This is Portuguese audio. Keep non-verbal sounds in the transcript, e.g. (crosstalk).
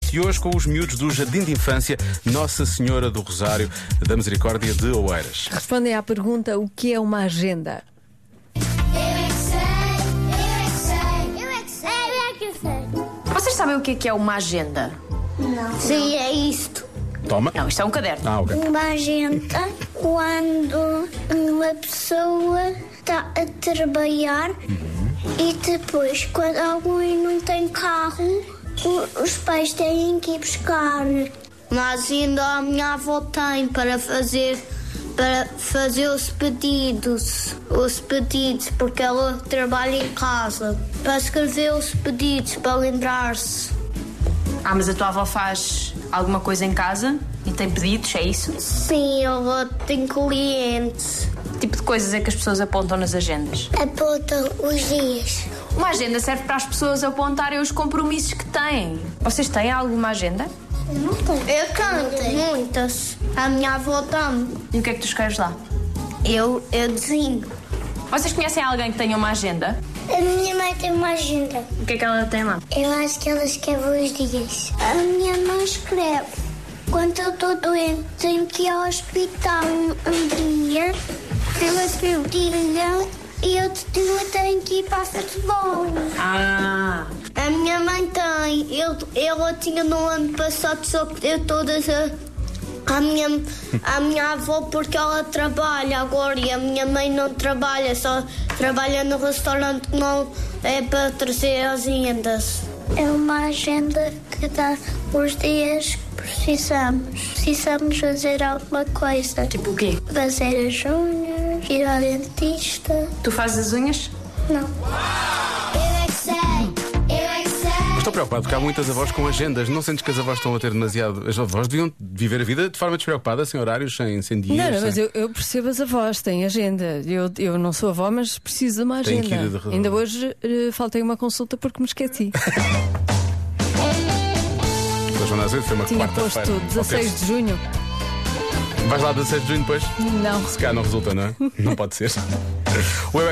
Infância. E hoje com os miúdos do Jardim de Infância Nossa Senhora do Rosário da Misericórdia de Oeiras. Respondem à pergunta: o que é uma agenda? Eu é que sei, eu é que sei, eu é que sei, eu é que sei. Vocês sabem o que é que é uma agenda? Não. Sim, é isto. Toma. Não, isto é um caderno. Ah, ok. Uma agenda quando uma pessoa está a trabalhar e depois, quando alguém não tem carro, o- os pais têm que ir buscar. Mas ainda a minha avó tem para fazer. Para fazer os pedidos, os pedidos, porque ela trabalha em casa. Para escrever os pedidos, para lembrar-se. Ah, mas a tua avó faz alguma coisa em casa e tem pedidos, é isso? Sim, ela tem clientes. Que tipo de coisas é que as pessoas apontam nas agendas? Apontam os dias. Uma agenda serve para as pessoas apontarem os compromissos que têm. Vocês têm alguma agenda? Não tem. Eu canto. Muitas. A minha avó também. E o que é que tu escreves lá? Eu, eu desenho. Vocês conhecem alguém que tenha uma agenda? A minha mãe tem uma agenda. O que é que ela tem lá? Eu acho que ela escreve os dias. A minha mãe escreve. Quando eu estou doente, tenho que ir ao hospital um, um dia. Ela escreve o dia e outro dia tenho que ir para futebol. Ah, A minha mãe tem. Eu, ela tinha no ano passado só eu todas a, a, minha, a minha avó porque ela trabalha agora e a minha mãe não trabalha, só trabalha no restaurante que não é para trazer as rendas. É uma agenda que dá os dias que precisamos. Precisamos fazer alguma coisa. tipo o quê? Fazer as unhas, ir ao dentista. Tu fazes as unhas? Não. Eu é que sei, eu é que sei. Estou preocupado porque há muitas avós com agendas. Não sentes que as avós estão a ter demasiado. As avós deviam viver a vida de forma despreocupada, sem horários, sem, sem dias. Não, não, sem- mas eu, eu percebo as avós, têm agenda. Eu, eu não sou avó, mas preciso de uma Tem que agenda. ir de redor. Ainda hoje eh, faltei uma consulta porque (laughs) me esqueci. A Joana Azevedo foi uma Tinha quarta-feira. posto Ao 16 de junho. terço. Vais lá 16 de junho depois? Não. (laughs) Se calhar não resulta, não é? Não pode ser. O Eu É